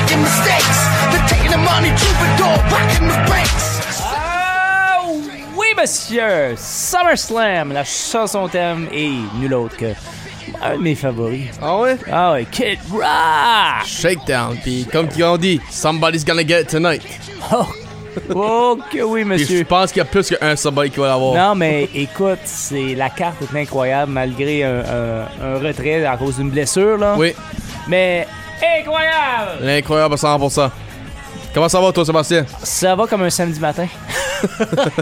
Ah monsieur, SummerSlam, la chanson thème et nul autre que un de mes favoris. Ah ouais? Ah ouais, Kid Rock! Shakedown, puis comme ils ont dit, somebody's gonna get it tonight. Oh, oh que oui, Puis je monsieur. pense qu'il y a plus qu'un somebody qui va l'avoir. Non, mais écoute, c'est la carte est incroyable malgré un, un- un retrait à cause d'une blessure, là. Oui, Mais incroyable! l'incroyable à 100%. Comment ça va, toi, Sébastien? Ça va comme un samedi matin.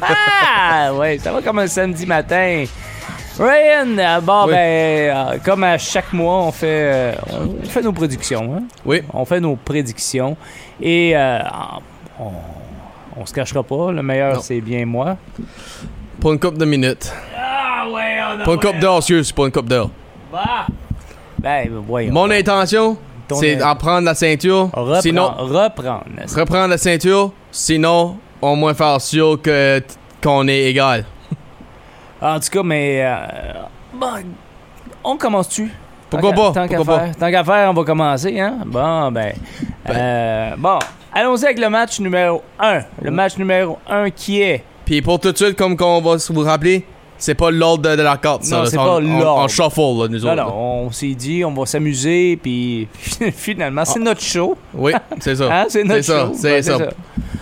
ah, ouais, ça va comme un samedi matin. Ryan, euh, bon, Oui. ben, euh, comme à chaque mois, on fait, euh, on fait nos prédictions. hein. Oui. On fait nos prédictions. Et euh, on, on se cachera pas, le Non. meilleur, c'est bien moi. Pour une coupe de minutes. Ah, ouais, on a. Pour une coupe d'heure, sérieux, c'est pour une coupe d'heure. Ben, voyons. Mon intention, Ton c'est in- d'en prendre la ceinture. Reprendre. Sinon, reprendre. reprendre la ceinture. Sinon, au moins faire sûr que t- qu'on est égal. Ah, En tout cas, mais. euh, bon, on commence-tu? Pourquoi Tant qu'à- pas? Tant qu'à Pourquoi pas? faire, tant qu'à faire, on va commencer, hein? Bon, ben. euh, bon, allons-y avec le match numéro 1. Le match numéro 1 qui est. Puis pour tout de suite, comme qu'on va se vous rappeler, c'est pas l'ordre de, de la carte. ça, Non, là. c'est on, pas on- l'ordre. On shuffle, là, nous Non, autres. non, là. on s'est dit, on va s'amuser, puis finalement, c'est notre show. Oui, c'est ça. Hein? C'est notre ça, show. Ah. c'est Ben, ça.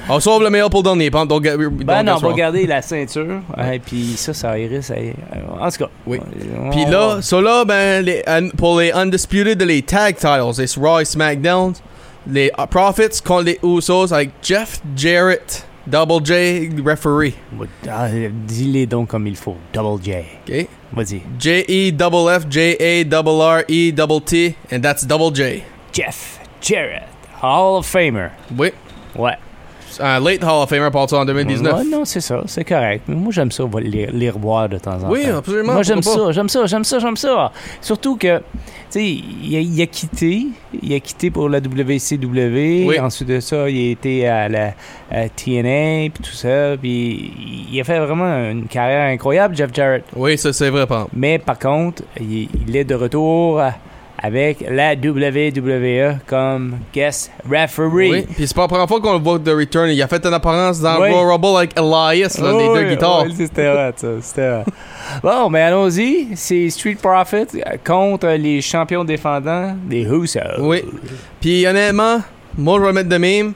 on sauve le meilleur pour le dernier. Pam, don't get, me- Ben non, don't get on us va wrong. garder la ceinture. Et puis ça, ça irait, ça irait. En tout cas. Oui. on- Puis là, ça là, ben, les, un- pour les Undisputed, les tag titles, les Raw et SmackDown, les euh, Profits contre les Usos avec Jeff Jarrett, Double J, referee. Ah, Dis-les donc comme il faut. Double J. Okay? Vas-y. J E double F J A double R E double T, and that's Double J. Jeff Jarrett, Hall of Famer. Oui. Ouais. Un late Hall of Famer pour ça en 2019. Ouais, non, c'est ça, c'est correct. Mais moi, j'aime ça, on va les, les revoir de temps en temps. Oui, absolument, Moi, j'aime pourquoi ça, j'aime ça, j'aime ça, j'aime ça. Surtout que, tu sais, il a, il a quitté, il a quitté pour la WCW. Oui. Ensuite de ça, il a été à la à TNA, puis tout ça. Puis il a fait vraiment une carrière incroyable, Jeff Jarrett. Oui, ça c'est vrai, Pam. Mais par contre, il, il est de retour avec la WWE comme guest referee. Oui. Puis c'est pas la première fois qu'on le voit de Return. Il a fait une apparence dans Oui. Royal Rumble avec Elias, là, les Oui, deux oui, guitares. oui, c'était hot, ça. C'était hot. Bon, mais allons-y. C'est Street Profit euh, contre les champions défendants des Usos. Oui. Puis honnêtement, moi je vais le mettre de même.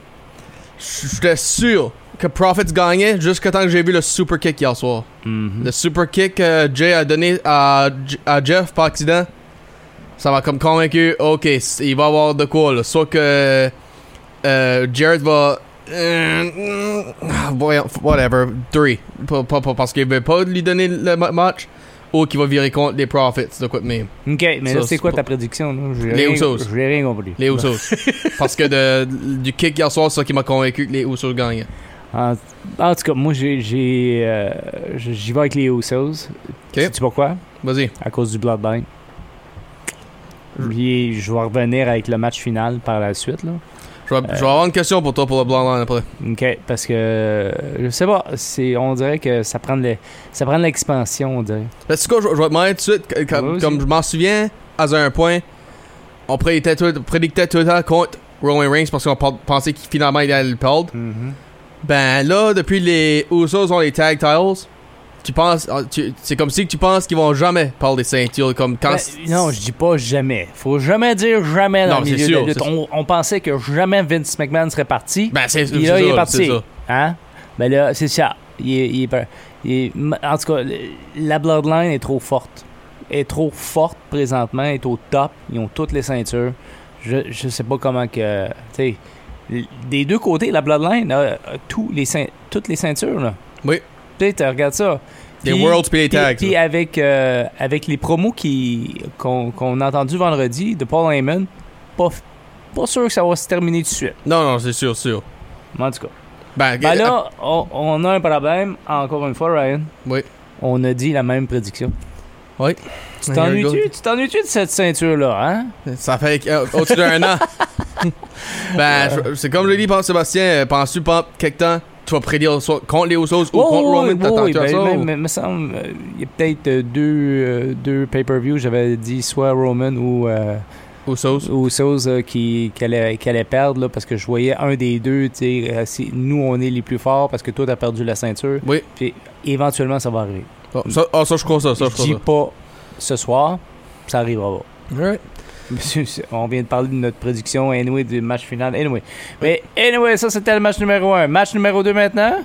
J- J'étais sûr que Profits gagnait jusqu'à temps que j'ai vu le super kick hier soir. Mhm. Le super kick que Jay a donné à, J- à Jeff par accident, ça m'a comme convaincu, ok, c- il va avoir de quoi là. Soit que euh, Jared va. Euh, mm, ah, voyons, whatever, 3. Parce qu'il veut pas lui donner le ma- match ou qu'il va virer contre les Profits, de quoi de même. OK, mais là, Ça, c'est quoi c'est ta prédiction? là? J'ai Les rien- Usos. J'ai rien compris. Les Usos. Parce que de- du kick hier soir, c'est ça qui m'a convaincu que les Usos gagnaient. En, en tout cas, moi, j'ai, j'ai, euh, j'y vais avec les Usos. Sais-tu pourquoi? Vas-y. À cause du Bloodline. Puis je vais revenir avec le match final par la suite. Là. Je vais, je vais avoir une question pour toi pour le Bloodline après. OK, parce que euh, je sais pas, c'est, on dirait que ça prend, de l'e- ça prend de l'expansion, on dirait. Mais c'est quoi, je, je vais te demander tout de suite, que- comme, Vas-y. comme je m'en souviens, à un point, on prédictait tout, prédictait tout le temps contre Roman Reigns parce qu'on pen- pensait qu'il finalement il allait le perdre. Ben là, depuis les Usos ont les tag titles, tu penses, ah, tu- c'est comme si que tu penses qu'ils vont jamais perdre des ceintures comme quand. Ben, non, je dis pas jamais. Faut jamais dire jamais dans Non, le c'est milieu sûr, de la lutte. c'est On, on pensait que jamais Vince McMahon serait parti. Ben, c'est Puis c'est là, il est ça, parti. c'est ça. hein? Ben là, c'est ça. Il est- il est pas- il est- m- en tout cas, le- la Bloodline est trop forte. Est trop forte présentement, est au top. Ils ont toutes les ceintures. Je, je sais pas comment que. Tu sais, l- des deux côtés, la Bloodline a, a tous les ceint- toutes les ceintures. Là. Oui. Tu sais, tu regardes ça. Des Puis- Worlds puis les puis, tags. puis là. avec, euh, avec les promos qui- qu'on qu'on a entendu vendredi de Paul Heyman, pas, pas sûr que ça va se terminer tout de suite. Non, non, c'est sûr, sûr. Mais en tout cas. Ben, Ben là, on, on a un problème, encore une fois, Ryan. Oui. On a dit la même prédiction. Oui. Tu t'ennuies-tu tu t'ennuies-tu de cette ceinture-là, hein? Ça fait euh, au-dessus d'un an. ben, je- c'est comme je l'ai dit par Sébastien, euh, penses-tu pas quelque temps, tu vas prédire soit contre les Usos ou contre Oh, oui, Roman, oui, t'attends-tu à ben, ça? mais- ou- mais- me semble, euh, il y a peut-être euh, deux, euh, deux pay-per-view, j'avais dit soit Roman ou, euh, Ou sauce. aux choses euh, qui, qui allaient, qui allaient perdre, là, parce que je voyais un des deux, tu sais, euh, si nous, on est les plus forts parce que toi, t'as perdu la ceinture. Oui. Puis éventuellement, ça va arriver. Ah, ça, ah, ça, je crois ça. ça, je je crois dis pas ce soir, ça arrivera pas. ça. Alright. Monsieur, On vient de parler de notre prédiction, anyway, du match final, anyway. Mais anyway, ça, c'était le match numéro 1. Match numéro 2 maintenant?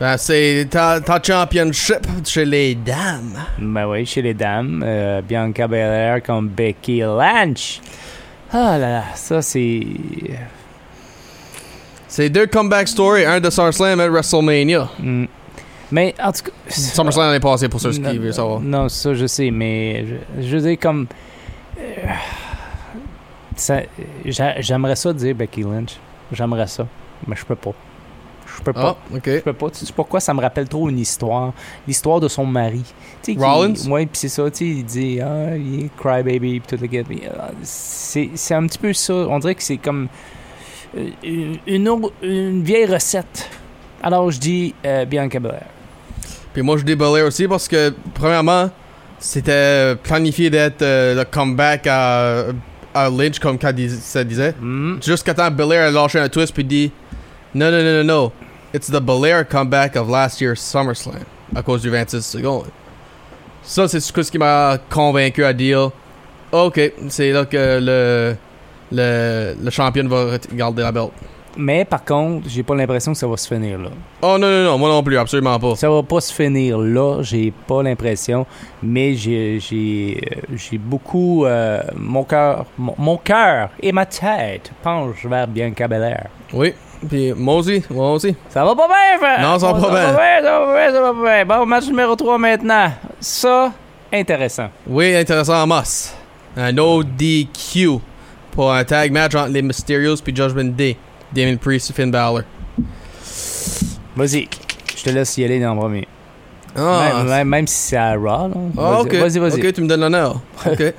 Ben, c'est ta, ta championship chez les dames. Ben oui, chez les dames, euh, Bianca Belair comme Becky Lynch. Ah là là, ça, c'est... C'est deux comeback stories, un de SummerSlam et WrestleMania. Hmm. Mais en tout cas... SummerSlam est passé pour ceux qui veulent savoir. Non, ça je sais, mais je, je veux dire, comme. euh, ça- j'a- J'aimerais ça dire Becky Lynch. J'aimerais ça, mais je peux pas. Je peux pas. Ah, ok. Je peux pas. Tu sais pourquoi ça me rappelle trop une histoire L'histoire de son mari. Tu sais, qui- Rollins? Ouais, puis c'est ça. Tu sais, il dit Ah, il est crybaby, puis tout le gars. mais, ah, C'est c'est un petit peu ça. On dirait que c'est comme euh, une, une autre- une vieille recette. Alors je dis euh, Bianca Belair. Puis moi, je dis Belair aussi parce que, premièrement, c'était planifié d'être euh, le comeback à, à Lynch, comme quand dis- ça disait. Hmm. Jusqu'à temps que Belair a lâché un twist puis dit Non, non, non, non, non. It's the Belair comeback of last year's SummerSlam à cause du 26 secondes. Ça, c'est ce que- ce qui m'a convaincu à dire Ok, c'est là que le, le, le champion va ret- garder la belt. Mais par contre, j'ai pas l'impression que ça va se finir là. Oh non, non, non, moi non plus, absolument pas. Ça va pas se finir là, j'ai pas l'impression. Mais j'ai j'ai euh, j'ai beaucoup euh, mon cœur mon, mon cœur et ma tête penchent vers Bianca Belair. Oui, puis moi aussi, moi aussi. Ça va pas bien, frère! Non, ça va pas bien. Ça va pas bien, ça va pas bien. Bon, match numéro 3 maintenant. Ça, intéressant. Oui, intéressant en masse. Un ODQ pour un tag match entre les Mysterios puis Judgment Day. Damien Priest et Finn Balor. Vas-y, je te laisse y aller dans le premier. Ah, même, même- même si c'est à Raw, là. Ah, Vas-y, ok. Vas-y, vas-y. Ok, tu me donnes l'honneur. Ok.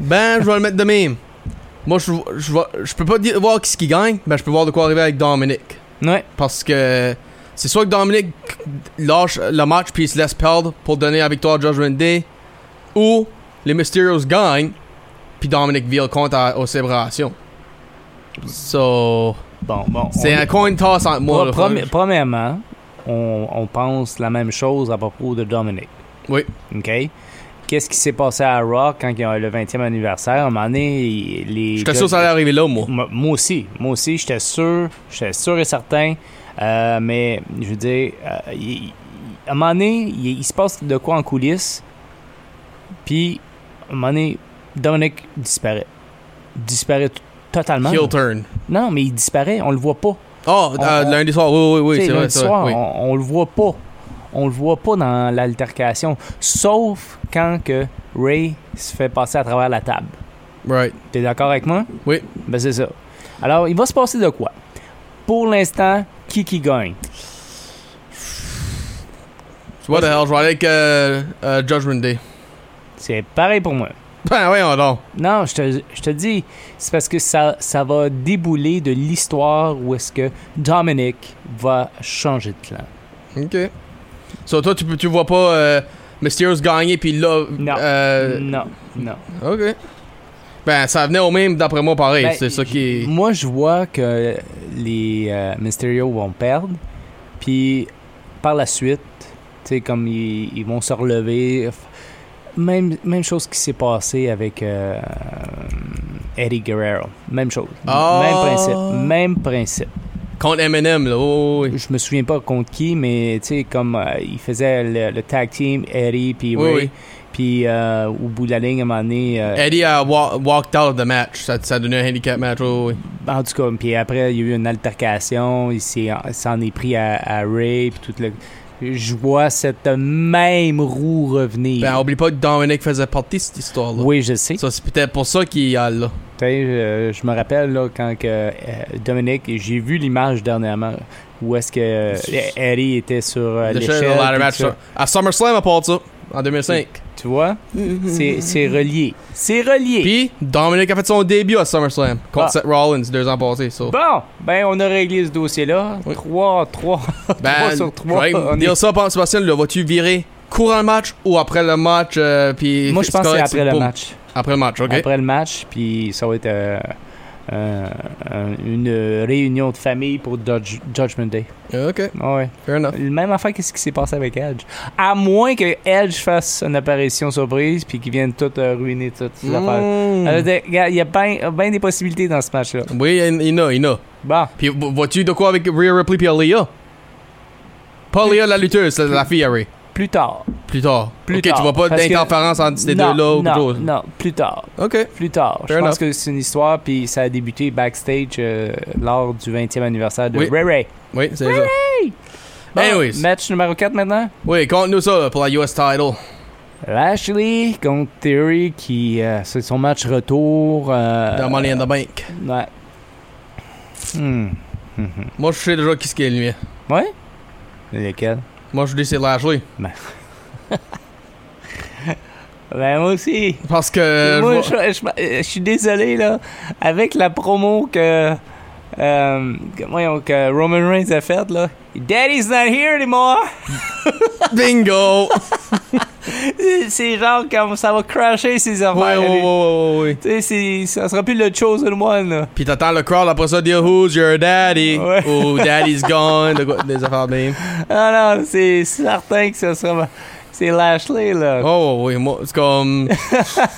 ben, je vais le mettre de même. Moi, je, je, vois- je peux pas dire, voir qui ce qui gagne, mais je peux voir de quoi arriver avec Dominic. Ouais. Parce que c'est soit que Dominic lâche le match puis il se laisse perdre pour donner la victoire à Judgment Day, ou les Mysterios gagnent, puis Dominic vire compte à- aux célébrations. So, Bon, bon. c'est on- un coin toss entre moi. Pre- le premi- fun. premièrement, on, on pense la même chose à propos de Dominic. Oui. OK? Qu'est-ce qui s'est passé à Rock quand il y a eu le 20e anniversaire? À un moment donné, il- les. J'étais sûr que ça allait arriver là, moi. Moi- Moi aussi. Moi aussi, j'étais sûr. J'étais sûr et certain. Euh, mais, je veux dire, euh, il- il- à un moment donné, il, il se passe de quoi en coulisses. Puis, à un moment donné, Dominic disparaît. Disparaît t- totalement. Heel turn. Non, mais il disparaît. On le voit pas. Oh, On- euh, on- lundi soir, oui, oui, oui, Tu sais, c'est vrai. lundi c'est vrai, soir, oui. on, on le voit pas. On le voit pas dans l'altercation. Sauf quand que Ray se fait passer à travers la table. Right. T'es d'accord avec moi? Oui. Ben c'est ça. Alors, il va se passer de quoi? Pour l'instant, qui qui gagne? What the hell, je vais aller avec euh, euh, Judgment Day. C'est pareil pour moi. Ben voyons donc. Non, je te, je te dis, c'est parce que ça, ça va débouler de l'histoire où est-ce que Dominic va changer de clan. Ok. So toi, tu, peux- tu vois pas euh, Mysterious gagner puis là... Non. euh, non, non. Ok. Ben ça venait au même d'après moi pareil, Ben, c'est ça qui... est- Moi, je vois que les euh, Mysterio vont perdre. Puis, par la suite, tu sais, comme ils, ils vont se relever. F- Même, même chose qui s'est passée avec euh, Eddie Guerrero. Même chose. M- Ah. Même principe. Même principe. Contre Eminem là, oh, oui, oui. Je me souviens pas contre qui, mais tu sais, comme euh, ils faisaient le, le tag team, Eddie, puis Oui, Ray. oui. Puis, euh, au bout de la ligne, à un moment donné, euh, Eddie a wa- walked out of the match, ça, ça a donné un handicap match, oh, oui. En tout cas, puis après, il y a eu une altercation, il s'est- il s'en est pris à, à Ray, puis tout le... Je vois cette même roue revenir. Ben oublie pas que Dominic faisait partie de cette histoire là. oui, je sais. Ça c'est peut-être pour ça qu'il y a là. Tu sais, Je, je me rappelle, là, quand que, euh, Dominique, j'ai vu l'image dernièrement, où est-ce que euh, Harry était sur euh, Le l'échelle. ladder puis match. tu- ça. À SummerSlam à part ça, en 2005. Tu vois? C'est c'est relié. C'est relié. Puis Dominic a fait son début à SummerSlam contre Ah. Seth Rollins deux ans passés. So. Bon, ben on a réglé ce dossier-là. Oui. 3, 3. Trois sur trois, ouais, on est- Ben, dire ça, Pan- Sébastien, le vas-tu virer courant le match ou après le match euh, puis Moi, je c'est pense que c'est correct, après le pour- match. Après le match, ok. après le match, puis ça va être euh, euh, un- une réunion de famille pour Judge- Judgment Day. Ok, Ouais. fair enough. Le Même affaire qu'est-ce qui s'est passé avec Edge. À moins que Edge fasse une apparition surprise puis qu'il vienne tout euh, ruiner toutes ces affaires. Mm. Ça veut dire, regarde, Il y a bien des possibilités dans ce match-là. Oui, il y en a, il y en a. Bon, Puis vo- vois-tu de quoi avec Rhea Ripley puis Aaliyah? Pas Aaliyah la lutteuse, c'est la fille à Rhea. plus tard. Plus tard. Plus ok, tard, tu vois pas parce que- d'interférence entre ces Non, deux-là ou quelque non, chose. non, plus tard. Ok. Plus tard. Je Fair pense enough. que c'est une histoire, puis ça a débuté backstage euh, lors du 20e anniversaire de Oui. Eh Ray Ray. Oui, c'est ça. Bon, Anyways. match numéro 4 maintenant. Oui, compte-nous ça là, pour la US title. Lashley contre Theory, qui euh, c'est son match retour. euh, Dans Money in the Bank. Ouais. Hmm. Moi, je sais déjà qui ce qui est le mien. Ouais? Lequel? Moi, je dis c'est Lashley. Ben, moi aussi. Parce que. euh, moi, je je, vois- je- je suis désolé, là. Avec la promo que. euh, que- voyons, que Roman Reigns a faite, là. Daddy's not here anymore! Bingo! C'est genre comme ça va crasher ces ouais, ouais, affaires. ouais, ouais, ouais, ouais. Tu sais, c'est- ça sera plus le chosen one, là. Puis t'attends le crowd après ça dire Who's your daddy? Ouais. Ou Daddy's gone. de quoi- des affaires de même. Ah non, c'est certain que ça sera. C'est Lashley, là. Oh oui, moi, c'est comme.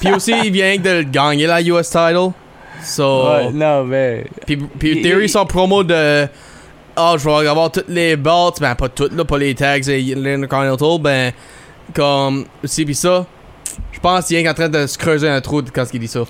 puis aussi, il vient de gagner la US title. So. Ouais, non, mais. Puis, Il- puis Theory, il- son promo de. Ah, je vais avoir toutes les belts. Ben, pas toutes, là, pas les tags et l'Intercontinental. Ben, comme. Si, puis ça. Je pense qu'il est en train de se creuser un trou quand il dit ça.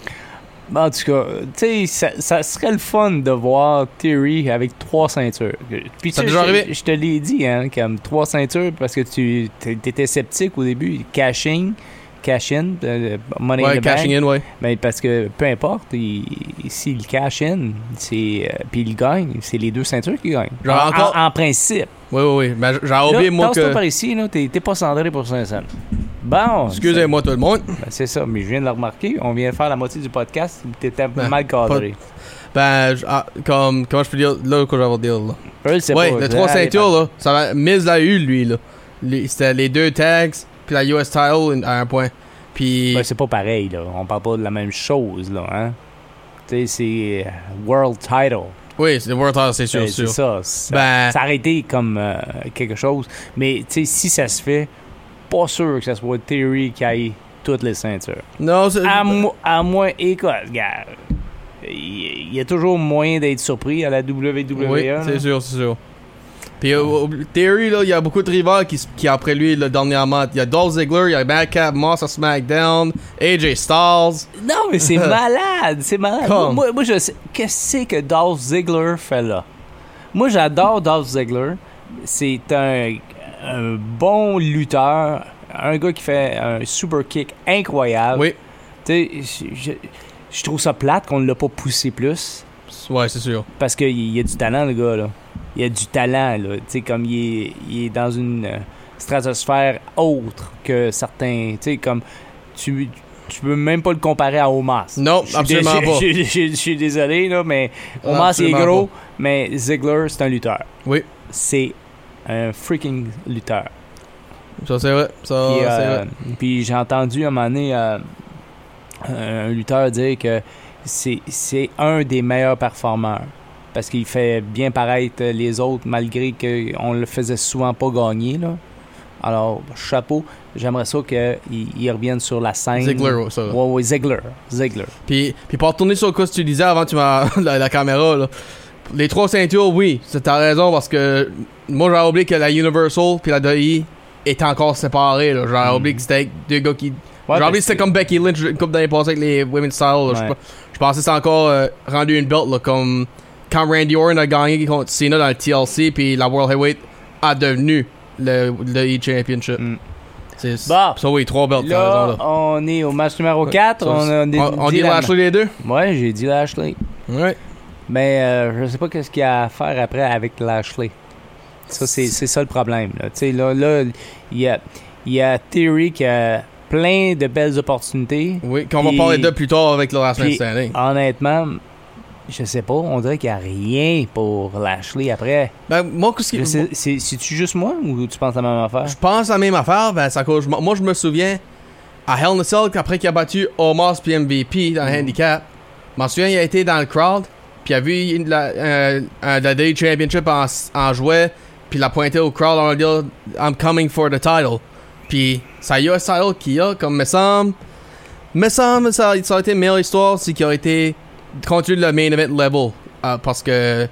En tout cas, tu sais, ça, ça serait le fun de voir Theory avec trois ceintures. Puis tu sais, Ça t'est déjà je- arrivé? Je te l'ai dit, hein, comme trois ceintures parce que tu étais sceptique au début. Cashing, cash-in, euh, money in Ouais, the cashing bank. in, ouais. Mais parce que peu importe, il- s'il cash-in, c'est euh, puis il gagne, c'est les deux ceintures qui gagnent. Genre En- encore- en, en principe. Oui, oui, oui. Ben, j'ai Là, oublié, moi, tasse-toi que. par ici, là, t'es t'es pas cendré pour 500. Bon. Excusez-moi, tout le monde. c'est- ben, C'est ça, mais je viens de le remarquer. On vient de faire la moitié du podcast, t'étais Ben, mal cadré. Ben, j- ah, comme. Comment je peux dire. Là, quoi, j'avais dire, là. Eux, c'est Ouais, pas- ben, les trois allez, ceintures, là. Ça va. Miz l'a eu, lui, là. Les- C'était les deux tags, puis la US title à un point. Puis. Ben, c'est pas pareil, là. On parle pas de la même chose, là, hein. Tu sais, c'est euh, World Title. oui, c'est le World Title, c'est Ben, sûr, c'est ça. sûr. Ça, Ben- ça aurait été comme euh, quelque chose. Mais, tu sais, si ça se fait, pas sûr que ça soit Theory qui aille toutes les ceintures. Non, c'est. À, mo- à moins, écoute, regarde. Il il y a toujours moyen d'être surpris à la WWE. Oui, là. c'est sûr, c'est sûr. Puis euh, au- Theory, là, il y a beaucoup de rivales qui, s- qui après lui, là, dernièrement. Il y a Dolph Ziggler, il y a Madcap Moss à SmackDown, AJ Styles. Non, mais c'est malade, c'est malade. Moi, Comme. moi, moi, je sais. Qu'est-ce que Dolph Ziggler fait là? Moi, j'adore Dolph Ziggler. C'est un, un bon lutteur, un gars qui fait un super kick incroyable. Oui, Tu sais, je, je- je trouve ça plate qu'on ne l'a pas poussé plus ouais, c'est sûr. parce qu'il y a du talent, le gars. là. Il y a du talent, là. Tu sais, comme il est, il est dans une euh, stratosphère autre que certains. Tu sais, comme tu, tu peux même pas le comparer à Omas. Non, Je suis absolument dé- pas. je- je- je- je suis désolé, là, mais Omas, il est Absolument gros, mais Ziggler, c'est un lutteur. Oui. C'est un freaking lutteur. Ça, c'est vrai. Ça, Puis, Ah, c'est euh, vrai. puis j'ai entendu à un moment donné euh, un lutteur dire que c'est- c'est un des meilleurs performeurs. Parce qu'il fait bien paraître les autres malgré qu'on le faisait souvent pas gagner. Là. Alors, chapeau. J'aimerais ça qu'il revienne sur la scène. Ziggler, ouais, ça. va. Ouais, ouais, Ziggler. Ziggler. Puis, puis pour retourner sur quoi tu disais avant tu m'as la, la caméra là. Les trois ceintures, oui, c'est ta raison parce que moi j'avais oublié que la Universal puis la DI étaient encore séparées là. J'avais Hmm. oublié que c'était deux gars qui. Ouais, j'avais parce oublié que c'était comme Becky Lynch une couple d'années passées avec les Women's Style. là. Je Ouais. pe- Je, pensais que c'était encore euh, rendu une belt là, comme quand Randy Orton a gagné contre Cena dans le TLC puis la World Heavyweight a devenu le, le E Championship. Hmm. C'est Bah. ça oui, trois belts, Oh, t'as Là, raison là. on est au match numéro 4. Ça, on, a c'est- on, on dit la- Lashley les deux. Ouais, j'ai dit Lashley. Ouais. Mais euh, je sais pas qu'est-ce qu'il y a à faire après avec Lashley. Ça, c'est, c'est ça le problème. Là, Tu sais, là, là, il y a, il y a Theory qui a plein de belles opportunités. Oui, qu'on va Puis- parler de plus tard avec le Last Man puis- Standing. Honnêtement, je sais pas. On dirait qu'il n'y a rien pour Lashley après. Ben, moi, qu'est-ce Je qui- sais- c'est, tu juste moi ou tu penses la même affaire? je pense à la même affaire, ben, ça cause. Moi, je me souviens à Hell in a Cell, après qu'il a battu Omos puis MVP dans le Mm. handicap, je m'en souviens, il a été dans le crowd, puis il a vu une- la, euh, euh, la Day Championship en, en jouet, puis il a pointé au crowd en disant I'm coming for the title. Puis ça y a un title qu'il a, comme me semble. Me semble, ça, ça a été une meilleure histoire, c'est qu'il a été contre le main event level. euh, parce que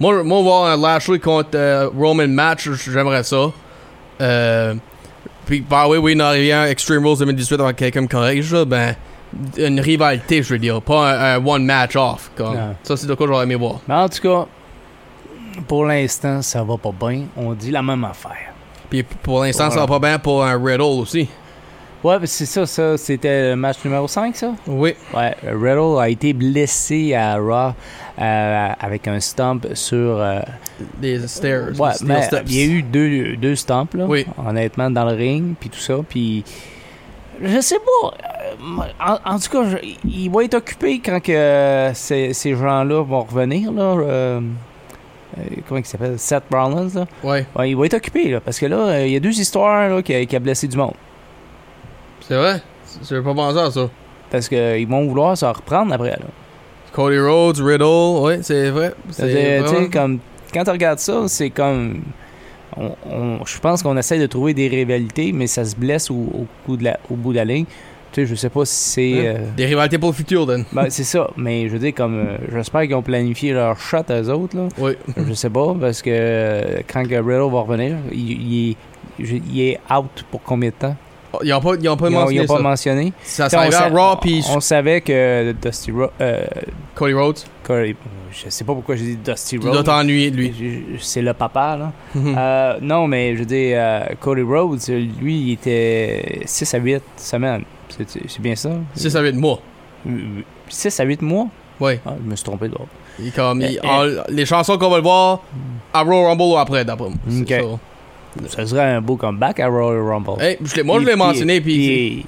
moi, moi, voir un Lashley contre euh, Roman match, j'aimerais ça. Euh, puis, bah oui, oui, non, il y a un Extreme Rules 2018 avec quelqu'un correct, je veux dire, ben, une rivalité, je veux dire, pas un, un one match off. Comme. Non. Ça, c'est de quoi j'aurais aimé voir. Mais en tout cas, pour l'instant, ça va pas bien. On dit la même affaire. Puis pour l'instant, ça va pas bien pour un Riddle aussi. Ouais, mais c'est ça, ça. C'était le match numéro 5, ça? Oui. Ouais, Riddle a été blessé à Raw euh, avec un stomp sur. euh, Des stairs. ouais, des steel mais steps. il y a eu deux, deux stomps, là, Oui. honnêtement, dans le ring, puis tout ça. Puis. Je sais pas. euh, En, en tout cas, je- il va être occupé quand que euh, ces, ces gens-là vont revenir, là. euh, euh, comment il s'appelle Seth Rollins, là. Ouais, Ouais, il va être occupé, là, parce que là, euh, il y a deux histoires là, qui, a, qui a blessé du monde. c'est vrai. J'avais pas pensé à ça. Parce qu'ils vont vouloir se reprendre après. Là. Cody Rhodes, Riddle, ouais, c'est vrai. C'est C'est-à-dire, tu sais, vraiment- comme, quand tu regardes ça, c'est comme. on- on- je pense qu'on essaie de trouver des rivalités, mais ça se blesse au, au coup de la, au bout de la ligne. Tu sais, je sais pas si c'est. euh, Des rivalités pour le futur, Dan. ben, c'est ça, mais je veux dire, comme. euh, J'espère qu'ils ont planifié leur shot à eux autres, là. Oui. je sais pas, parce que euh, quand que Riddle va revenir, il, il est, je- il est out pour combien de temps Ils ont pas, ils ont pas Ils ont- ils mentionné ont pas ça. mentionné. Ça T'sais, s'arrive on à sa- Raw puis on savait que Dusty Ro euh, Cody Rhodes. Corey- je sais pas pourquoi j'ai dit Dusty Tu dois Rhodes. t'ennuyer de lui. Je- je- C'est le papa, là. Euh, non, mais je veux dire, euh, Cody Rhodes, lui, il était 6 à 8 semaines. C'est c'est bien ça? Si ça va être moi. 6 à 8 mois? Oui. Ah, je me suis trompé de bord. Il, comme, il- Eh, eh. en- les chansons qu'on va le voir à Royal Rumble ou après, d'après moi. C'est Ok. ça. Ça serait un beau comeback à Royal Rumble. Eh, je l'ai- moi, je l'ai Puis- mentionné. Puis, puis-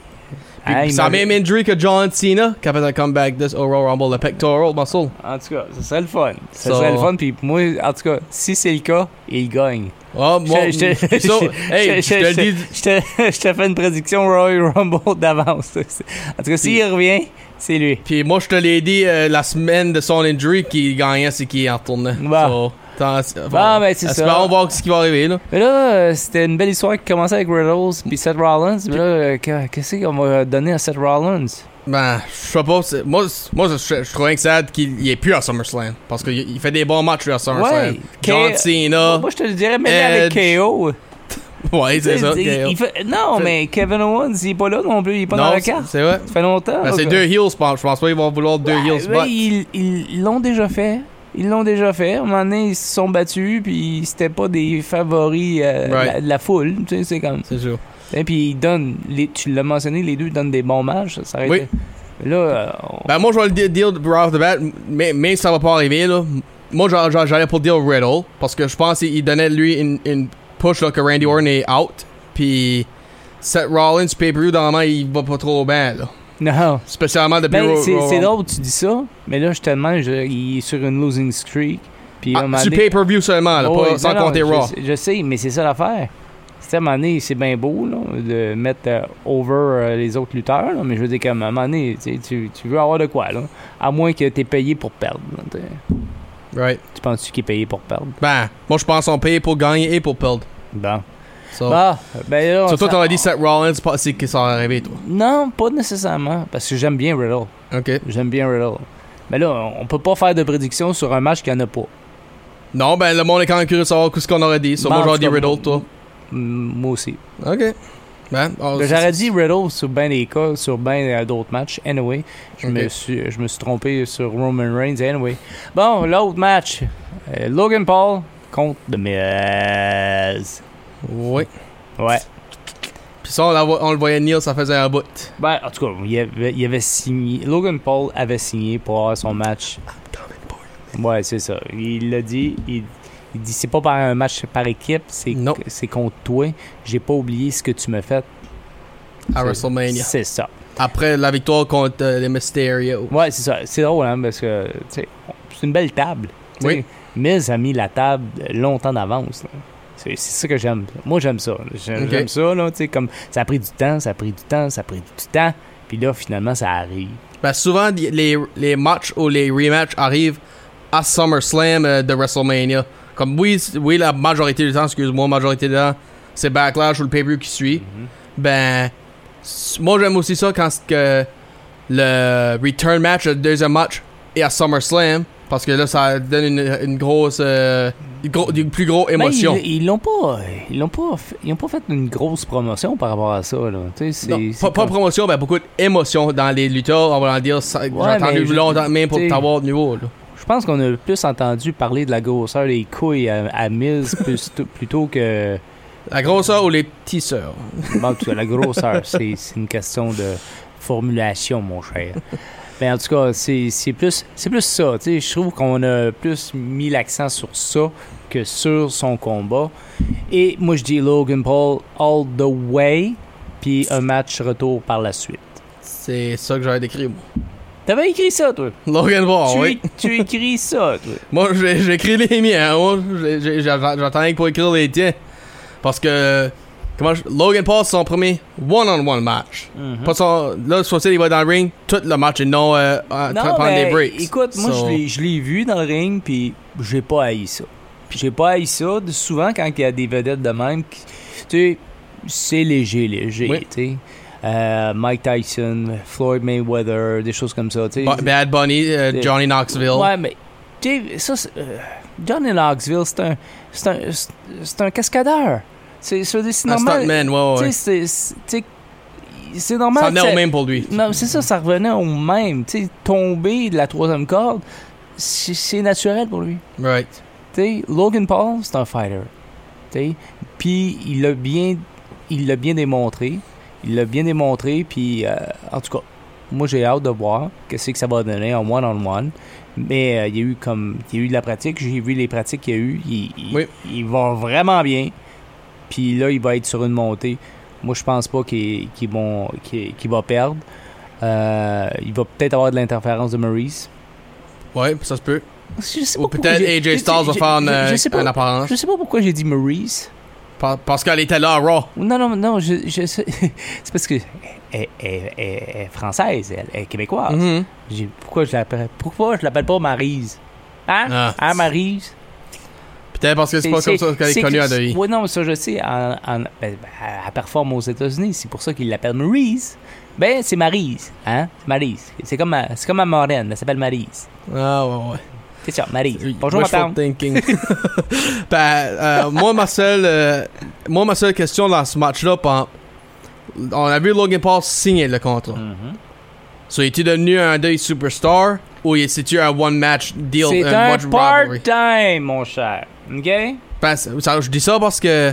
puis Ah, il c'est la m'avait- même injury que John Cena qui a fait un comeback de Royal Rumble, le pectoral muscle. En tout cas, ça serait le fun. Ça Ça- serait le fun. Puis moi, en tout cas, si c'est le cas, il gagne. Oh, moi, Je- je- ça, je- je- hey, je te je- le dis. Je te, je te fais une prédiction Royal Rumble d'avance. En tout cas, s'il revient, c'est lui. Puis moi, je te l'ai dit euh, la semaine de son injury qui gagnait, c'est qui en retournait. Bon. So, t'en- Bon, Bah. ben, c'est ça. espérons voir ce qui va arriver, là. Mais là, euh, c'était une belle histoire qui commençait avec Riddles puis Seth Rollins. Mais là, euh, que- qu'est-ce qu'on va donner à Seth Rollins? Ben, je sais pas. c'est- Moi, c'est- moi je, je, je trouve rien que sad qu'il il est plus à SummerSlam. Parce qu'il il fait des bons matchs lui, à SummerSlam. Ouais. Bah, John K- Cena. Moi, je te le dirais, mais là, avec Ah. Edge. KO. Ouais, c'est ça. bah, Il- il- il K.O. fait- non, C'est- mais Kevin Owens, il est pas là non plus. Il est pas Non, dans la c'est- carte. C'est vrai. Ça fait longtemps. Ben, c'est ok. deux heels, je pense. Je pense pas qu'ils vont vouloir deux Ouais, heels. ouais, Ben, ils- ils l'ont déjà fait. Ils l'ont déjà fait. À un moment donné, ils se sont battus, puis c'était pas des favoris euh, de Right. la- de la foule. Tu sais, c'est comme. C'est sûr. Et puis ils donnent, les, tu l'as mentionné, les deux donnent des bons matchs. Ça aurait Oui. été- Mais Là, euh, on- Ben, moi, je vais le di- deal right off the bat, mais, mais ça va pas arriver, là. Moi, j'a- j'a- j'allais pour deal Riddle, parce que je pense qu'il donnait, lui, une, une push, là, que Randy Orton est out. Puis, Seth Rollins, pay-per-view, normalement, il va pas trop bien, là. non. Spécialement depuis Ben, Ro- c'est Ro- c'est Ro- drôle que tu dis ça, mais là, justement, je, il est sur une losing streak. Puis à un Ah, moment sur donné- pay-per-view seulement, là, Oh, pas- oui, sans non, non, compter je, Raw. sais- Je sais, mais c'est ça l'affaire. C'est à un moment donné, c'est bien beau là, de mettre euh, over euh, les autres lutteurs, là, mais je veux dire qu'à un moment donné, tu, sais, tu- tu veux avoir de quoi, là. À moins que tu es payé pour perdre. là, t'es- Right. tu penses-tu qu'il est payé pour perdre? Ben, moi, je pense qu'on paye pour gagner et pour perdre. Bon. So, Bah, ben là, on so, toi, s'en- t'aurais dit Seth Rollins, pas- c'est que ça va arriver, toi. Non, pas nécessairement, parce que j'aime bien Riddle. OK. J'aime bien Riddle. Mais là, on peut pas faire de prédiction sur un match qu'il n'y en a pas. Non, ben, le monde est quand même curieux de savoir ce qu'on aurait dit. So, Ben, moi, en j'aurais tout dit cas, Riddle, toi. Mm, Moi aussi. OK. Ben, oh, Ben, J'aurais dit Riddle sur bien des cas, sur bien d'autres matchs. Anyway, je, me Ok. suis, je me suis trompé sur Roman Reigns. Anyway. Bon, l'autre match. Euh, Logan Paul contre The Miz. Oui. Ouais. Puis ça, on, la voit- on le voyait Neil, ça faisait un bout. Ben, en tout cas, il avait, il avait signé. Logan Paul avait signé pour avoir son match. Ouais, c'est ça. Il l'a dit. Il, il dit c'est pas par un match par équipe, c'est Non. c'est contre toi. J'ai pas oublié ce que tu m'as fait. à C'est- WrestleMania. C'est ça. Après la victoire contre euh, les Mysterio. Ouais, c'est ça. C'est drôle, hein, parce que tu sais, c'est une belle table. tu sais. Oui. Miz a mis la table longtemps d'avance. là. C'est c'est ça que j'aime. Moi, j'aime ça. J'aime Ok. j'aime ça, là. Tu sais, comme ça a pris du temps, ça a pris du temps, ça a pris du temps. Puis là, finalement, ça arrive. Ben, souvent, y- les, les matchs ou les rematchs arrivent à SummerSlam euh, de WrestleMania. Comme oui, c- oui, la majorité du temps, excuse-moi, majorité du temps, c'est Backlash ou le pay-per-view qui suit. Mhm. Ben, s- moi j'aime aussi ça quand c'est que le return match, le deuxième match, est à SummerSlam. Parce que là, ça donne une, une grosse. euh, une gro- une plus grosse Mais émotion. Ben, ils- ils l'ont pas. Ils l'ont pas. fait- Ils ont pas fait une grosse promotion par rapport à ça, là. Tu sais, c'est. Non, c'est pas, pas comme- promotion, mais beaucoup d'émotion dans les lutteurs. On va en dire, ça- j'ai Ouais, mais entendu je- longtemps même pour t'sais- t'avoir de nouveau. là. Je pense qu'on a plus entendu parler de la grosseur des couilles à, à Mills plus tôt- plutôt que La grosseur ou les petits sœurs. Bon, en tout cas, la grosseur. c'est c'est une question de formulation, mon cher. Mais en tout cas, c'est c'est plus, c'est plus ça. tu sais, Je trouve qu'on a plus mis l'accent sur ça que sur son combat. Et moi, je dis Logan Paul all the way, puis un match retour par la suite. C'est ça que j'avais décrit, moi. T'avais écrit ça, toi. Logan Paul, tu, Ah oui. tu écris ça, toi. Moi, j'ai- j'écris les miens. hein. Moi, j'ai- j'ai- j'attends j'attends que pour écrire les tiens. Parce que. Comment je- Logan Paul, c'est son premier one-on-one match. Mm-hmm. Pas son, là, soit il va dans le ring, tout le match et non euh, en train de Non, prendre mais des breaks. écoute, moi, So, je l'ai- je l'ai vu dans le ring, puis j'ai pas haï ça. Puis j'ai pas haï ça. De- Souvent, quand il y a des vedettes de même, qui- tu sais, c'est léger, léger, Oui. tu sais. Euh, Mike Tyson, Floyd Mayweather, des choses comme ça, tu sais. Ba- Bad Bunny, euh, C'est- Johnny Knoxville. Ouais, mais, tu sais, ça, c'est- euh, Johnny Knoxville, c'est un, c'est un, c'est- c'est un cascadeur. C'est c'est- c'est un normal. stuntman, ouais, Tu ouais. sais, c'est- c'est- tu sais, c'est normal. Ça venait que ça- au même pour lui. non, c'est ça, ça revenait au même. Tu sais, tomber de la troisième corde, c'est c'est naturel pour lui. Right. Tu sais, Logan Paul, c'est un fighter. Tu sais, Puis il l'a bien, il l'a bien démontré. Il l'a bien démontré. Puis euh, en tout cas, moi j'ai hâte de voir qu'est-ce que ça va donner en one on one. Mais euh, il y a eu comme, il y a eu de la pratique. J'ai vu les pratiques qu'il y a eu. Ils, ils- Oui. ils vont vraiment bien. Puis là, il va être sur une montée. Moi, je pense pas qu'il qu'il vont- qu'il- qu'il va perdre. Euh, il va peut-être avoir de l'interférence de Maurice. Ouais, ça se peut. Je sais Ou pas pourquoi peut-être Oh, j'ai- j'ai- AJ Styles va j'ai- faire une, je- je sais pas. Hmm. euh, une apparence. Je sais pas pourquoi j'ai dit Maurice. Pa- Parce qu'elle était là à Raw. Non, non, non, je, je sais- c'est parce que elle, elle- elle- elle est française, elle, elle est québécoise. Mhm. J'ai- pourquoi je l'appelle Pourquoi je l'appelle pas Marise Hein Ah. Hein, Marise Peut-être parce que c'est pas comme ça qu'elle est connue à Denis. Oui, non, mais ça je sais. En, en- ben, ben, elle performe aux États-Unis, c'est pour ça qu'ils l'appellent Marise. Ben, c'est Marise, hein C'est Marise. C'est comme, ma- c'est comme ma marraine, elle s'appelle Marise. Ah, ouais, ouais. C'est ça, Marise. Oui, Bonjour, ma wishful tante. thinking. ben, euh, moi, ma seule, euh, moi, ma seule question dans ce match-là, pen- on a vu Logan Paul signer le contrat. Mhm. So, est-il devenu un day superstar ou est- c'est-tu un one-match deal? euh, C'est un one-match rivalry? part-time, mon cher. OK Ben, c'est- ça, je dis ça parce que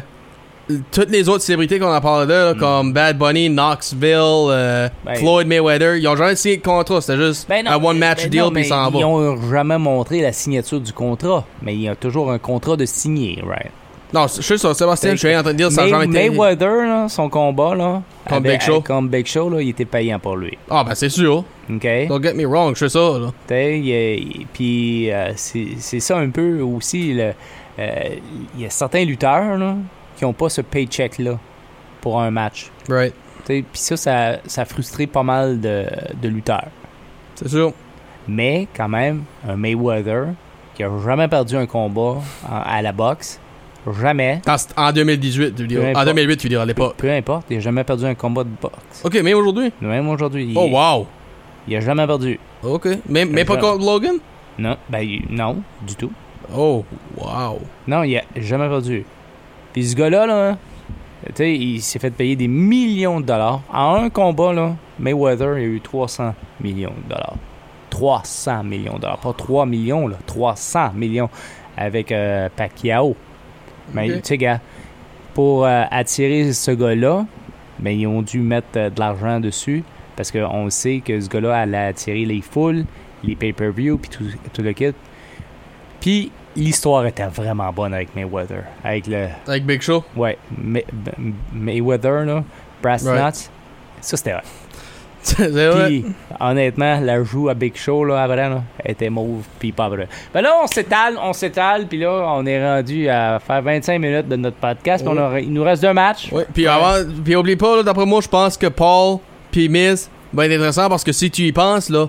toutes les autres célébrités qu'on a parlé de, là, Mm. comme Bad Bunny, Knoxville, euh, Ben- Floyd Mayweather, ils ont jamais signé de contrat. C'était juste Ben non, un one-match ben deal non, puis ils mais s'en Ils vont. n'ont jamais montré la signature du contrat, mais il y a toujours un contrat de signé, right? Non, je suis sûr, Sébastien, je suis en train de dire ça n'a May- jamais été. Mayweather, là, son combat, là, Contre avec- Big Show. contre Big Show, là, il était payant pour lui. Ah, ben, c'est sûr. OK? Don't get me wrong, je sais ça, là. T'sais, il y a- il- Puis euh, c'est c'est ça un peu aussi. le- euh, Il y a certains lutteurs là, qui n'ont pas ce paycheck-là pour un match. Right. T'sais, Puis ça, ça, ça a frustré pas mal de, de lutteurs. C'est sûr. Mais quand même, un Mayweather qui a jamais perdu un combat en- à la boxe, jamais, En, en 2018, tu veux dire. Peu importe. En 2008, tu veux dire, à l'époque. peu importe, il a jamais perdu un combat de boxe. Ok, mais aujourd'hui. Même aujourd'hui, il, Oh, wow. il a jamais perdu. Ok. Mais, mais pas Genre. contre Logan? Non, ben il- non, du tout. Oh, wow. Non, il a jamais perdu. Puis ce gars-là, là, tu sais, il s'est fait payer des millions de dollars. En un combat, là, Mayweather il a eu 300 millions de dollars. 300 millions de dollars. Pas 3 millions, là. 300 millions avec euh, Pacquiao. Mais Ok. tu sais, gars, pour euh, attirer ce gars-là, mais ils ont dû mettre euh, de l'argent dessus parce qu'on sait que ce gars-là allait attirer les foules, les pay-per-view, puis tout, tout le kit. Puis l'histoire était vraiment bonne avec Mayweather. Avec le. Avec Big Show. Ouais, May- Mayweather, là, Brass Right. Nuts. Ça, c'était hot. C'est vrai. Puis, honnêtement, la joue à Big Show, là, avant, là, elle était mauve, puis pas vrai. Ben là, on s'étale, on s'étale, puis là, on est rendu à faire 25 minutes de notre podcast. puis Oui. on aura- il nous reste deux matchs. Oui, puis avant, puis oublie pas, là, d'après moi, je pense que Paul puis Miz va être intéressant parce que si tu y penses, là,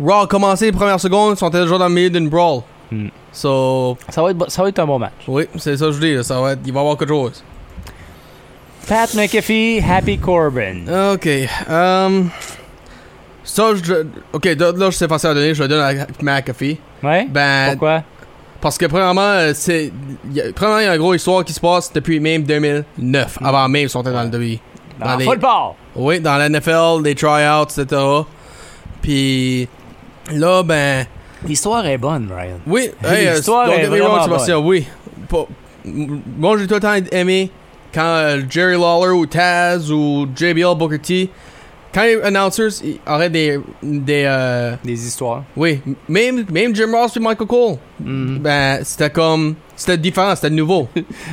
Raw a commencé les premières secondes, ils sont déjà dans le milieu d'une brawl. Hmm. So, Ça, va être, bo- ça va être un bon match. oui, c'est ça que je dis, là, ça va être, il va y avoir quelque chose. Pat McAfee, Happy Corbin. Ok, um, ça, je, ok, là, là, je sais facile à donner, je le donne à McAfee. Ouais? Ben, Pourquoi? Parce que premièrement, euh, c'est y a- premièrement, il y a une grosse histoire qui se passe depuis même 2009, Mm. avant même ils sont dans le WWE. Dans les- le football! Oui, dans la NFL, les tryouts, etc. Puis là, ben, L'histoire est bonne, Ryan. oui, hey, euh, L'histoire don't est get me wrong, vraiment Sébastien, oui. Pas- m- Moi, j'ai tout le temps aimé quand euh, Jerry Lawler ou Taz ou JBL Booker T, quand les announcers ils auraient des, des euh, Des histoires. oui, même même Jim Ross et Michael Cole, Mm. ben c'était comme c'était différent, c'était nouveau.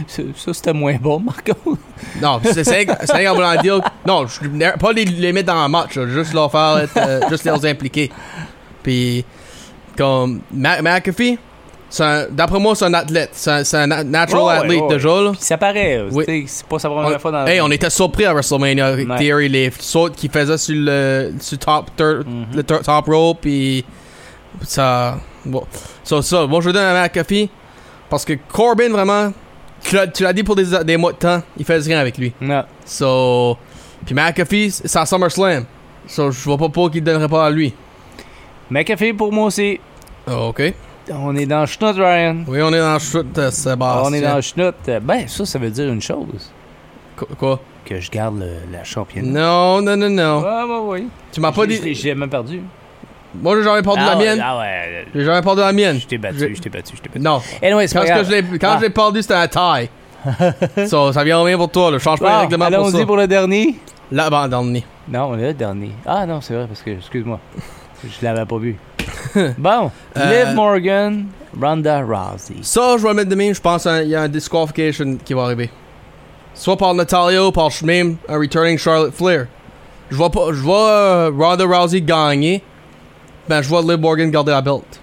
Ça, ça, c'était moins bon, Marco. Non, c'est c'est c'est en voulant dire. Non, je, pas les, les mettre dans le match, là, juste leur faire être, euh, juste les impliquer. Puis, comme Ma- McAfee, c'est un- d'après moi, c'est un athlète. C'est un, c'est un na- natural Ouais, ouais, athlète ouais. déjà. là. Puis ça paraît. euh, Oui. tu sais, C'est pas sa première fois dans Hey, on était surpris à WrestleMania avec Ouais. Theory, les sautes qu'il faisait sur le sur top, third- Mhm. le third- top rope. Puis, ça. Bon. So, ça, moi, je le donne à McAfee. Parce que Corbin, vraiment, tu l'as- tu l'as dit pour des, des mois de temps, il faisait rien avec lui. Non. So, puis McAfee, c'est à SummerSlam. So, je vois pas pourquoi il donnerait pas à lui. McAfee pour moi aussi. Oh, Ok. On est dans Schnout, Ryan. Oui, on est dans le shoot, euh, Sébastien. on est dans Schnout. Euh, Ben, ça, ça veut dire une chose. Qu- Quoi? Que je garde le- la championnat. Non, non, non, non. Ah, ouais, ouais. Tu m'as pas Je l'ai- je l'ai dit. jamais perdu. Moi, j'ai jamais perdu ah, la ouais, mienne. Ah ouais. J'ai jamais perdu la mienne. Je t'ai Je- battu, je t'ai battu, je t'ai battu. Non. Anyway, c'est Quand pas ce que grave. je l'ai quand Ah. je l'ai perdu, c'était à taille. so, ça vient en main pour toi, là. Change pas les Bon, règlements pour Ah, Allons-y ça. pour le dernier. L'avant-dernier. Non, le dernier. Ah non, c'est vrai, parce que, excuse-moi, je l'avais pas vu. bon, Euh, Liv Morgan, Ronda Rousey. Ça, je vais le mettre demain. Je pense qu'il y a un disqualification qui va arriver. Soit par Natalia ou par même un returning Charlotte Flair. Je vois, pas, je vois euh, Ronda Rousey gagner. Ben, je vois Liv Morgan garder la belt.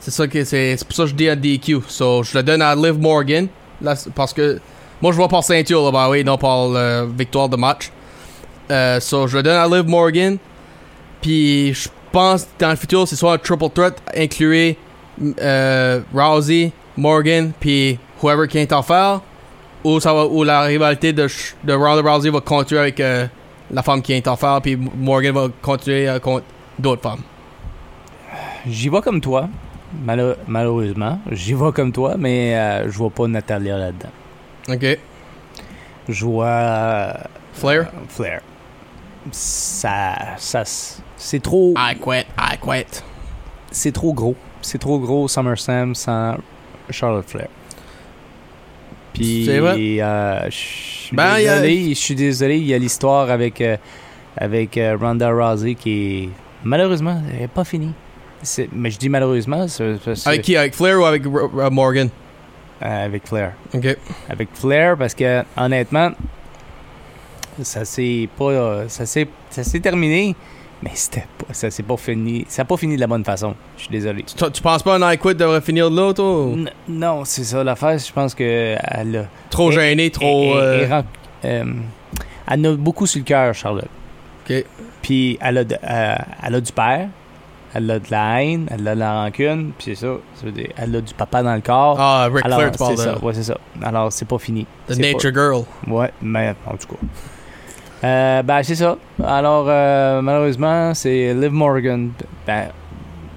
C'est ça que c'est. c'est pour ça que je dis à DQ. So, je le donne à Liv Morgan. Là, c'est parce que. Moi, je vois par ceinture, là, bah oui, non par euh, victoire de match. Euh, so, je le donne à Liv Morgan. Puis, je pense que dans le futur, c'est soit un triple threat inclué euh, Rousey, Morgan, puis whoever qui est en faire, ou, ça va, ou la rivalité de, Sh- de Ronda Rousey va continuer avec euh, la femme qui est en faire, puis M- Morgan va continuer euh, contre d'autres femmes. J'y vois comme toi, malo- malheureusement. J'y vois comme toi, mais euh, je vois pas Natalia là-dedans. Ok. Je vois euh, Flair? Flair. Ça, ça, s- c'est trop, I quit, I quit. c'est trop gros. C'est trop gros SummerSlam sans Charlotte Flair. Puis, C'est vrai. euh, je suis Ben, il y a- désolé, je suis désolé, il y a l'histoire avec, euh, avec euh, Ronda Rousey qui est, malheureusement, elle n'est pas finie. C'est- Mais je dis malheureusement, c'est- c'est- Avec qui? Avec Flair ou avec R- R- Morgan? euh, avec Flair. Ok. avec Flair parce que honnêtement ça s'est pas euh, ça s'est ça s'est terminé mais c'était pas ça s'est pas fini ça a pas fini de la bonne façon je suis désolé Tu, tu penses pas un I quit devrait finir là, toi? ou- N- non c'est ça l'affaire je pense que elle a Trop Et- gêné, elle- elle- trop. euh, elle ren- euh, elle en a beaucoup sur le cœur Charlotte Ok. puis elle a de- euh, elle a du père elle a de la haine elle a de la rancune puis c'est ça, ça veut dire, elle a du papa dans le corps Ah, Ric alors Flair, tu c'est parles de. ça ouais c'est ça alors c'est pas fini The C'est pas- Nature Girl. Ouais, mais en tout cas. Euh, ben, c'est ça. Alors, euh, malheureusement, c'est Liv Morgan. Ben,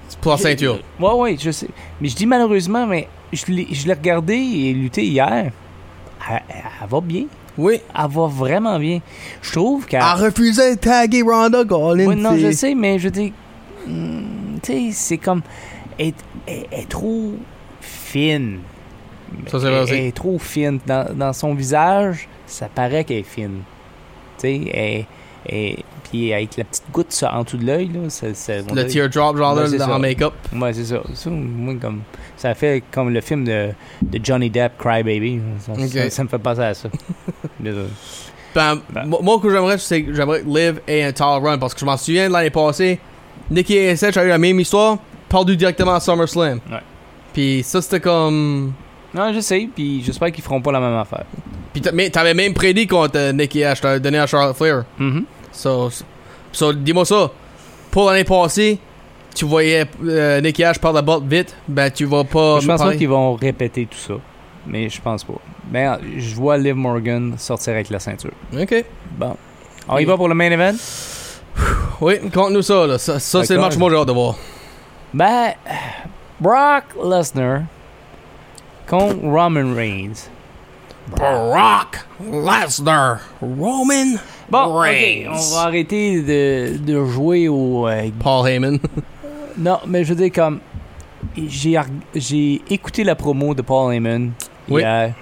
C'est pour la je- ceinture. Ouais, ouais, je sais. Mais je dis malheureusement, mais je l'ai je l'ai regardé et lutté hier. Elle, elle va bien. Oui. Elle va vraiment bien. Je trouve qu'elle. A refusé de taguer Ronda Garland. Ah. Ouais, non, c'est- je sais, mais je dis. hmm, tu sais, c'est comme. Elle, elle- elle est trop fine. Ça, c'est Elle- vrai aussi. Elle est trop fine. Dans, dans son visage, ça paraît qu'elle est fine. Tu sais, elle- elle- Puis avec la petite goutte ça, en dessous de l'œil, là, ça, ça- on Le dirait- teardrop, genre, Ouais, là, c'est dans ça. en make-up. Ouais, c'est ça. Ça, moi, comme, ça fait comme le film de, de Johnny Depp, Cry Baby. Ça, euh, Ok. ça- ça me fait penser à ça. Désolé. Ben, Ben. mo- Moi, ce que j'aimerais, c'est que j'aimerais que Liv ait un title run parce que je m'en souviens de l'année passée. Nikki et Seth a eu la même histoire, perdu directement à SummerSlam. Ouais. Puis ça, c'était comme. Non, je sais, puis j'espère qu'ils feront pas la même affaire. Puis t'a- mais t'avais même prédit contre euh, Nikki Ash, t'avais donné à Charlotte Flair. Mhm. So, so- so, dis-moi ça. Pour l'année passée, tu voyais euh, Nikki Ash par la botte vite, ben tu vas pas. je me pense pas parler. qu'ils vont répéter tout ça, mais je pense pas. Mais euh, je vois Liv Morgan sortir avec la ceinture. Ok. Bon. On y va pour le main event? Oui, conte-nous ça, là. Ça, ça, c'est le D'accord. match que moi j'ai hâte de voir. Ben, Brock Lesnar contre Roman Reigns. Brock Lesnar, Roman Bon, ok, on va arrêter de, de jouer au... euh, Paul Heyman. non, mais je veux dire, comme... J'ai ar- j'ai écouté la promo de Paul Heyman Oui. hier.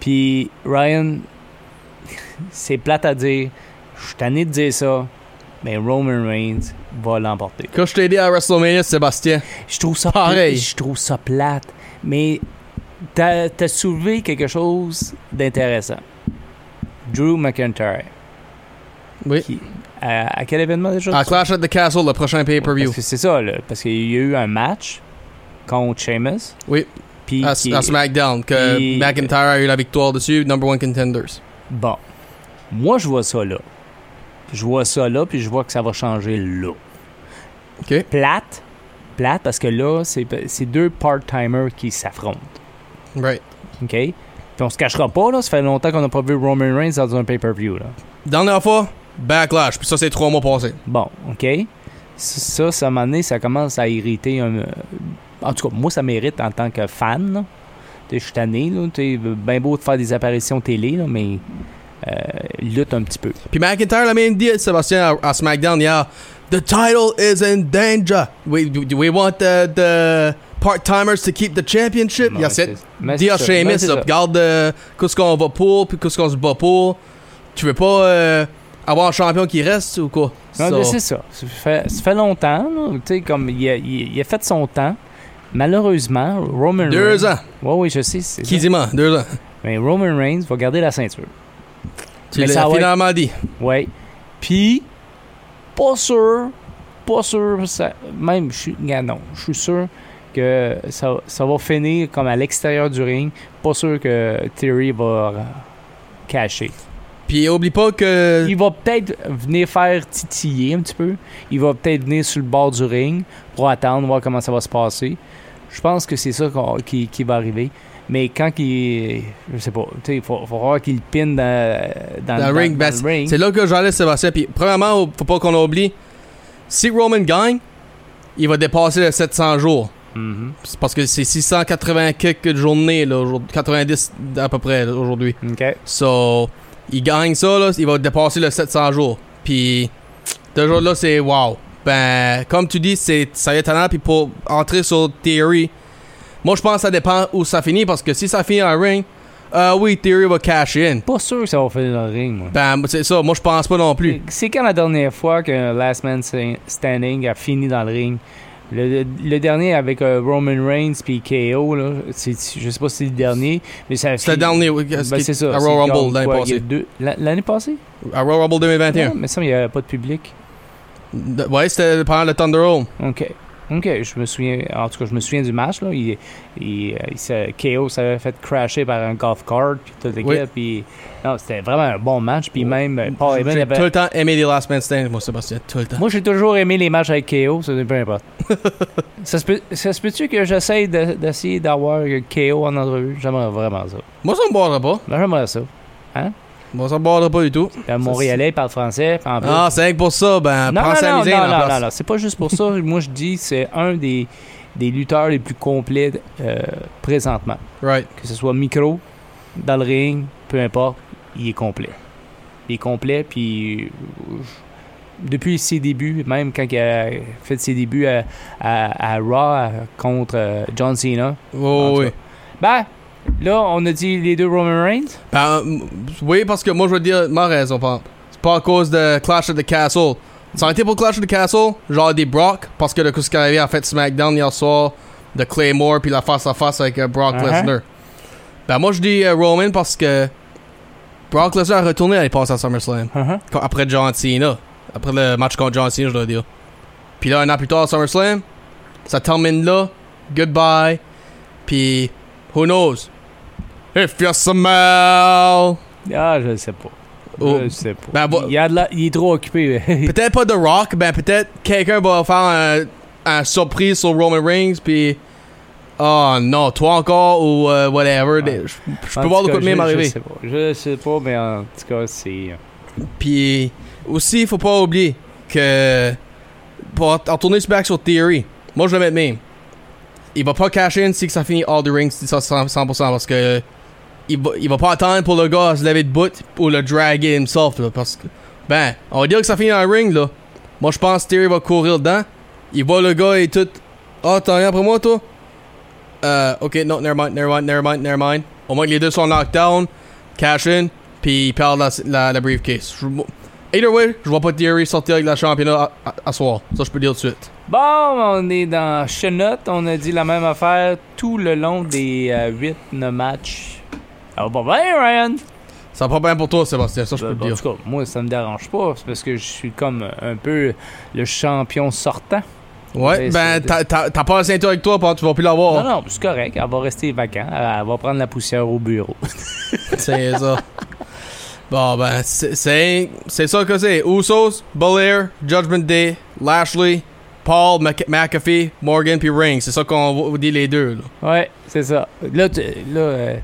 Puis Ryan, c'est plate à dire. Je suis tanné de dire ça. Mais Roman Reigns va l'emporter. Quand je t'ai dit à WrestleMania, Sébastien. Je trouve ça Pareil. pla- Je trouve ça plate. Mais t'as as soulevé quelque chose d'intéressant. Drew McIntyre. Oui. Qui- à, à quel événement déjà À Clash at the Castle, le prochain pay-per-view. Parce que c'est ça, là. Parce qu'il y a eu un match contre Sheamus. Oui. Puis À, qui- à SmackDown, que qui- McIntyre a eu la victoire dessus, number one contenders. Bon. Moi, je vois ça là. Je vois ça là, puis je vois que ça va changer là. Ok. Plate. Plate, parce que là, c'est c'est deux part-timers qui s'affrontent. Right. OK? Puis on se cachera pas, là. Ça fait longtemps qu'on n'a pas vu Roman Reigns dans un pay-per-view, là. Dernière fois, Backlash. Puis ça, c'est trois mois passés. Bon, OK? Ça, ça, à un moment donné, ça commence à irriter un... euh, En tout cas, moi, ça m'irrite en tant que fan, là. T'sais, Je suis tanné, là. T'es bien beau de faire des apparitions télé, là, mais... euh, lutte un petit peu. Puis McIntyre l'a même dit, Sébastien, à, à SmackDown hier. The title is in danger. We, do, do we want the, the part-timers to keep the championship? Non, Il y a c'est- cette mais c'est Dis à ça, Sheamus, mais c'est là, ça. regarde euh, qu'est-ce qu'on va pour, puis qu'est-ce qu'on se bat pour. Tu veux pas euh, avoir un champion qui reste ou quoi? Non, So- mais c'est ça. Ça fait, ça fait longtemps, là. Tu sais, comme, il a, il- il a fait son temps. Malheureusement, Roman Reigns... deux ans. Oui, oui, je sais. c'est ça. Quasiment, deux ans. Mais Roman Reigns va garder la ceinture. Tu Mais l'as ça va finalement dit. Ouais. Puis, pas sûr, pas sûr, ça- même, je suis, gars, non, je suis sûr que ça, ça va finir comme à l'extérieur du ring. Pas sûr que Theory va euh, cacher. Puis oublie pas que. Il va peut-être venir faire titiller un petit peu. Il va peut-être venir sur le bord du ring pour attendre, voir comment ça va se passer. Je pense que c'est ça qu'on- qui, qui va arriver. Mais quand il. Je sais pas. Il faut, faut voir qu'il pin dans, dans, Dans le dans- ring, dans ben, le ring. C'est là que j'allais, Sébastien. Puis, premièrement, oh, faut pas qu'on oublie. Si Roman gagne, il va dépasser les 700 jours. Mhm. C'est parce que c'est 680 quelques journées, là, aujourd'hui- 90 à peu près, là, aujourd'hui. OK. So, il gagne ça, là, il va dépasser le 700 jours. Puis, ce jour-là, c'est wow. Ben, comme tu dis, c'est ça y est talent. Puis pour entrer sur Theory, moi, je pense que ça dépend où ça finit. Parce que si ça finit en ring, euh, oui, Theory va cash in. Pas sûr que ça va faire dans le ring, moi. Ben, c'est ça. Moi, je pense pas non plus. C'est quand la dernière fois que Last Man Sta- Standing a fini dans le ring? Le, le- le dernier avec euh, Roman Reigns puis KO, là, c'est- je sais pas si c'est le dernier, mais ça a C'était fini- dans les. Ben, c'est ça. À c'est Royal comme Rumble l'année quoi, il y a passée. deux- l'an- L'année passée? À Royal Rumble 2021. Non, mais ça, il n'y avait pas de public. D- Ouais, c'était pendant le Thunderdome. OK. OK, je me souviens, en tout cas, je me souviens du match. Là. Il, il, euh, il s'est- KO s'avait fait crasher par un golf cart, puis tout le Oui. gars, puis... Non, c'était vraiment un bon match, puis Oh. même euh, Paul Heyman J'ai avait- tout le temps aimé les Last Man Standing, moi, Sébastien. Tout le temps. Moi, j'ai toujours aimé les matchs avec KO, ça peu importe. ça se peut- ça se peut-tu que j'essaye de- d'essayer d'avoir KO en entrevue? J'aimerais vraiment ça. Moi, ça me barre pas. Ben, J'aimerais ça. Moi, ça me barre pas du tout. Puis Un Montréalais, il parle français, puis en plus... Ah, c'est rien que pour ça, ben, non, non, prends non, Sami Zayn non, en non, place. non, non, c'est pas juste pour ça. Moi, je dis c'est un des, des lutteurs les plus complets euh, présentement. Right. Que ce soit micro, dans le ring, peu importe, il est complet. Il est complet, puis euh, je- depuis ses débuts, même quand il a fait ses débuts à, à- à Raw euh, contre euh, John Cena, Oh, En tout oui. ben, là, on a dit les deux Roman Reigns. Ben, m- oui, parce que moi, je veux dire, ma raison, par C'est pas à cause de Clash of the Castle. Ça aurait été pour Clash of the Castle, genre des Brock, parce que de coup, ce qui est arrivé, en fait, SmackDown hier soir, de Claymore, puis la face à face avec euh, Brock Uh-huh. Lesnar. Ben, moi, je dis euh, Roman parce que Brock Lesnar a retourné l'année passée à SummerSlam. Uh-huh. Quand- Après John Cena. Après le match contre John Cena, je dois dire. Puis là, un an plus tard à SummerSlam, ça termine là. Goodbye. Puis, who knows? If you smell. Ah, je sais pas. Oh. Je sais pas. Ben, bah- il, a de la- il est trop occupé. Peut-être pas The Rock, ben peut-être quelqu'un va faire un, un surprise sur Roman Reigns, puis. Oh non, toi encore ou euh, whatever. Ouais. Je- Je peux voir le coup de même Je arriver. sais pas. Je sais pas, mais en tout cas, c'est. euh, Puis aussi, il faut pas oublier que. Pour en en tourner back sur Theory, moi je le mets de même. Il va pas cacher in si que ça finit All the Rings ça, 100%, 100% parce que. Il va, il va pas attendre pour le gars à se lever de bout ou le draguer himself. Là, parce que. Ben, on va dire que ça finit dans le ring là. Moi je pense que Theory va courir dedans. Il voit le gars et tout. Ah, t'en rien après moi toi? Euh, ok, non, nevermind, nevermind, nevermind, nevermind. Au moins que les deux sont knockdown. Cash in puis il perd la, la, la briefcase. Je- moi- Either way, je vois pas Theory sortir avec la championnat à, à- à soir. Ça, je peux le dire tout de suite. Bon, on est dans Chenotte. On a dit la même affaire tout le long des euh, huit 9 matchs. Ah, bon, ben, Ryan! Ça va pas bien pour toi, Sébastien. Ça, je Ben, peux le ben, dire. en tout cas, moi, ça me dérange pas. C'est parce que je suis comme un peu le champion sortant. Ouais, ben, ben, c'est- t'as- t'as t'as pas la ceinture avec toi, pis tu vas plus Non, l'avoir. non, c'est correct. Elle va rester vacant. Elle elle va prendre la poussière au bureau. C'est ça. Bon, ben, c'est- c'est c'est ça que c'est. Usos, Belair, Judgment Day, Lashley, Paul, Mc- McAfee, Morgan, puis Ring. C'est ça qu'on vous dit les deux. là. Ouais, c'est ça. Là, tu- là euh,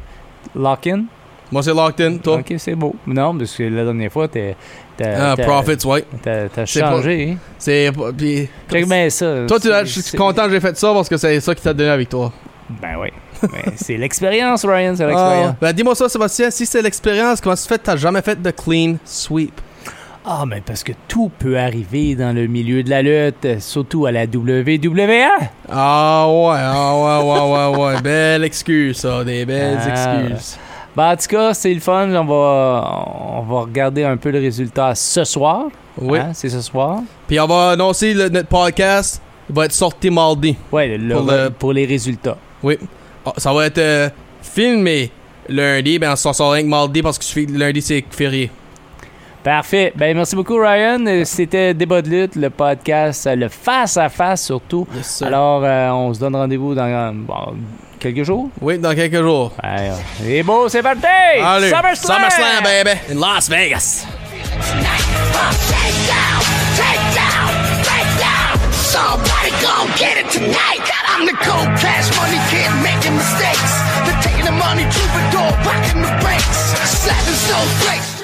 lock-in. Moi, c'est locked in, toi. Ok, c'est beau. Non, parce que la dernière fois, t'as Ah, t'as- t'as- Profits, ouais. t'as- t'as C'est pas- changé. hein. C'est. puis- Check bien ça. Toi, tu C'est- l'as- je suis c'est- content que j'ai fait ça parce que c'est ça qui t'a donné la victoire. Ben oui. Ben, c'est l'expérience, Ryan, c'est l'expérience. Ah, ben dis-moi ça, Sébastien, si c'est l'expérience, comment ça se fait que t'as jamais fait de clean sweep? Ah, mais parce que tout peut arriver dans le milieu de la lutte, euh, surtout à la E. WWE. Ah ouais, ah ouais, ouais, ouais, ouais. Belle excuse, ça, des belles Ah, excuses. Ben, en tout cas, c'est le fun. On va, on va regarder un peu le résultat ce soir. Oui. Hein, C'est ce soir. Puis on va annoncer le- notre podcast, il va être sorti mardi. Ouais, le- Pour le- le- pour les résultats. Ah, ça va être euh, filmé lundi, ben on s'en sort rien que mardi parce que je suis- lundi c'est férié. Parfait. Ben, merci beaucoup, Ryan. Euh, C'était Débat de lutte, le podcast, euh, le face-à-face surtout. Alors, euh, on se donne rendez-vous dans euh, bon, quelques jours. oui, dans quelques jours. Ben, euh, c'est beau, c'est parti! Allez, SummerSlam! ben, SummerSlam, baby, in Las Vegas. Takedown, takedown, takedown. Somebody gon' get it tonight. God, I'm the cold cash money kid making mistakes. They're taking the money, troubadour, rocking the brakes. Slapping so face.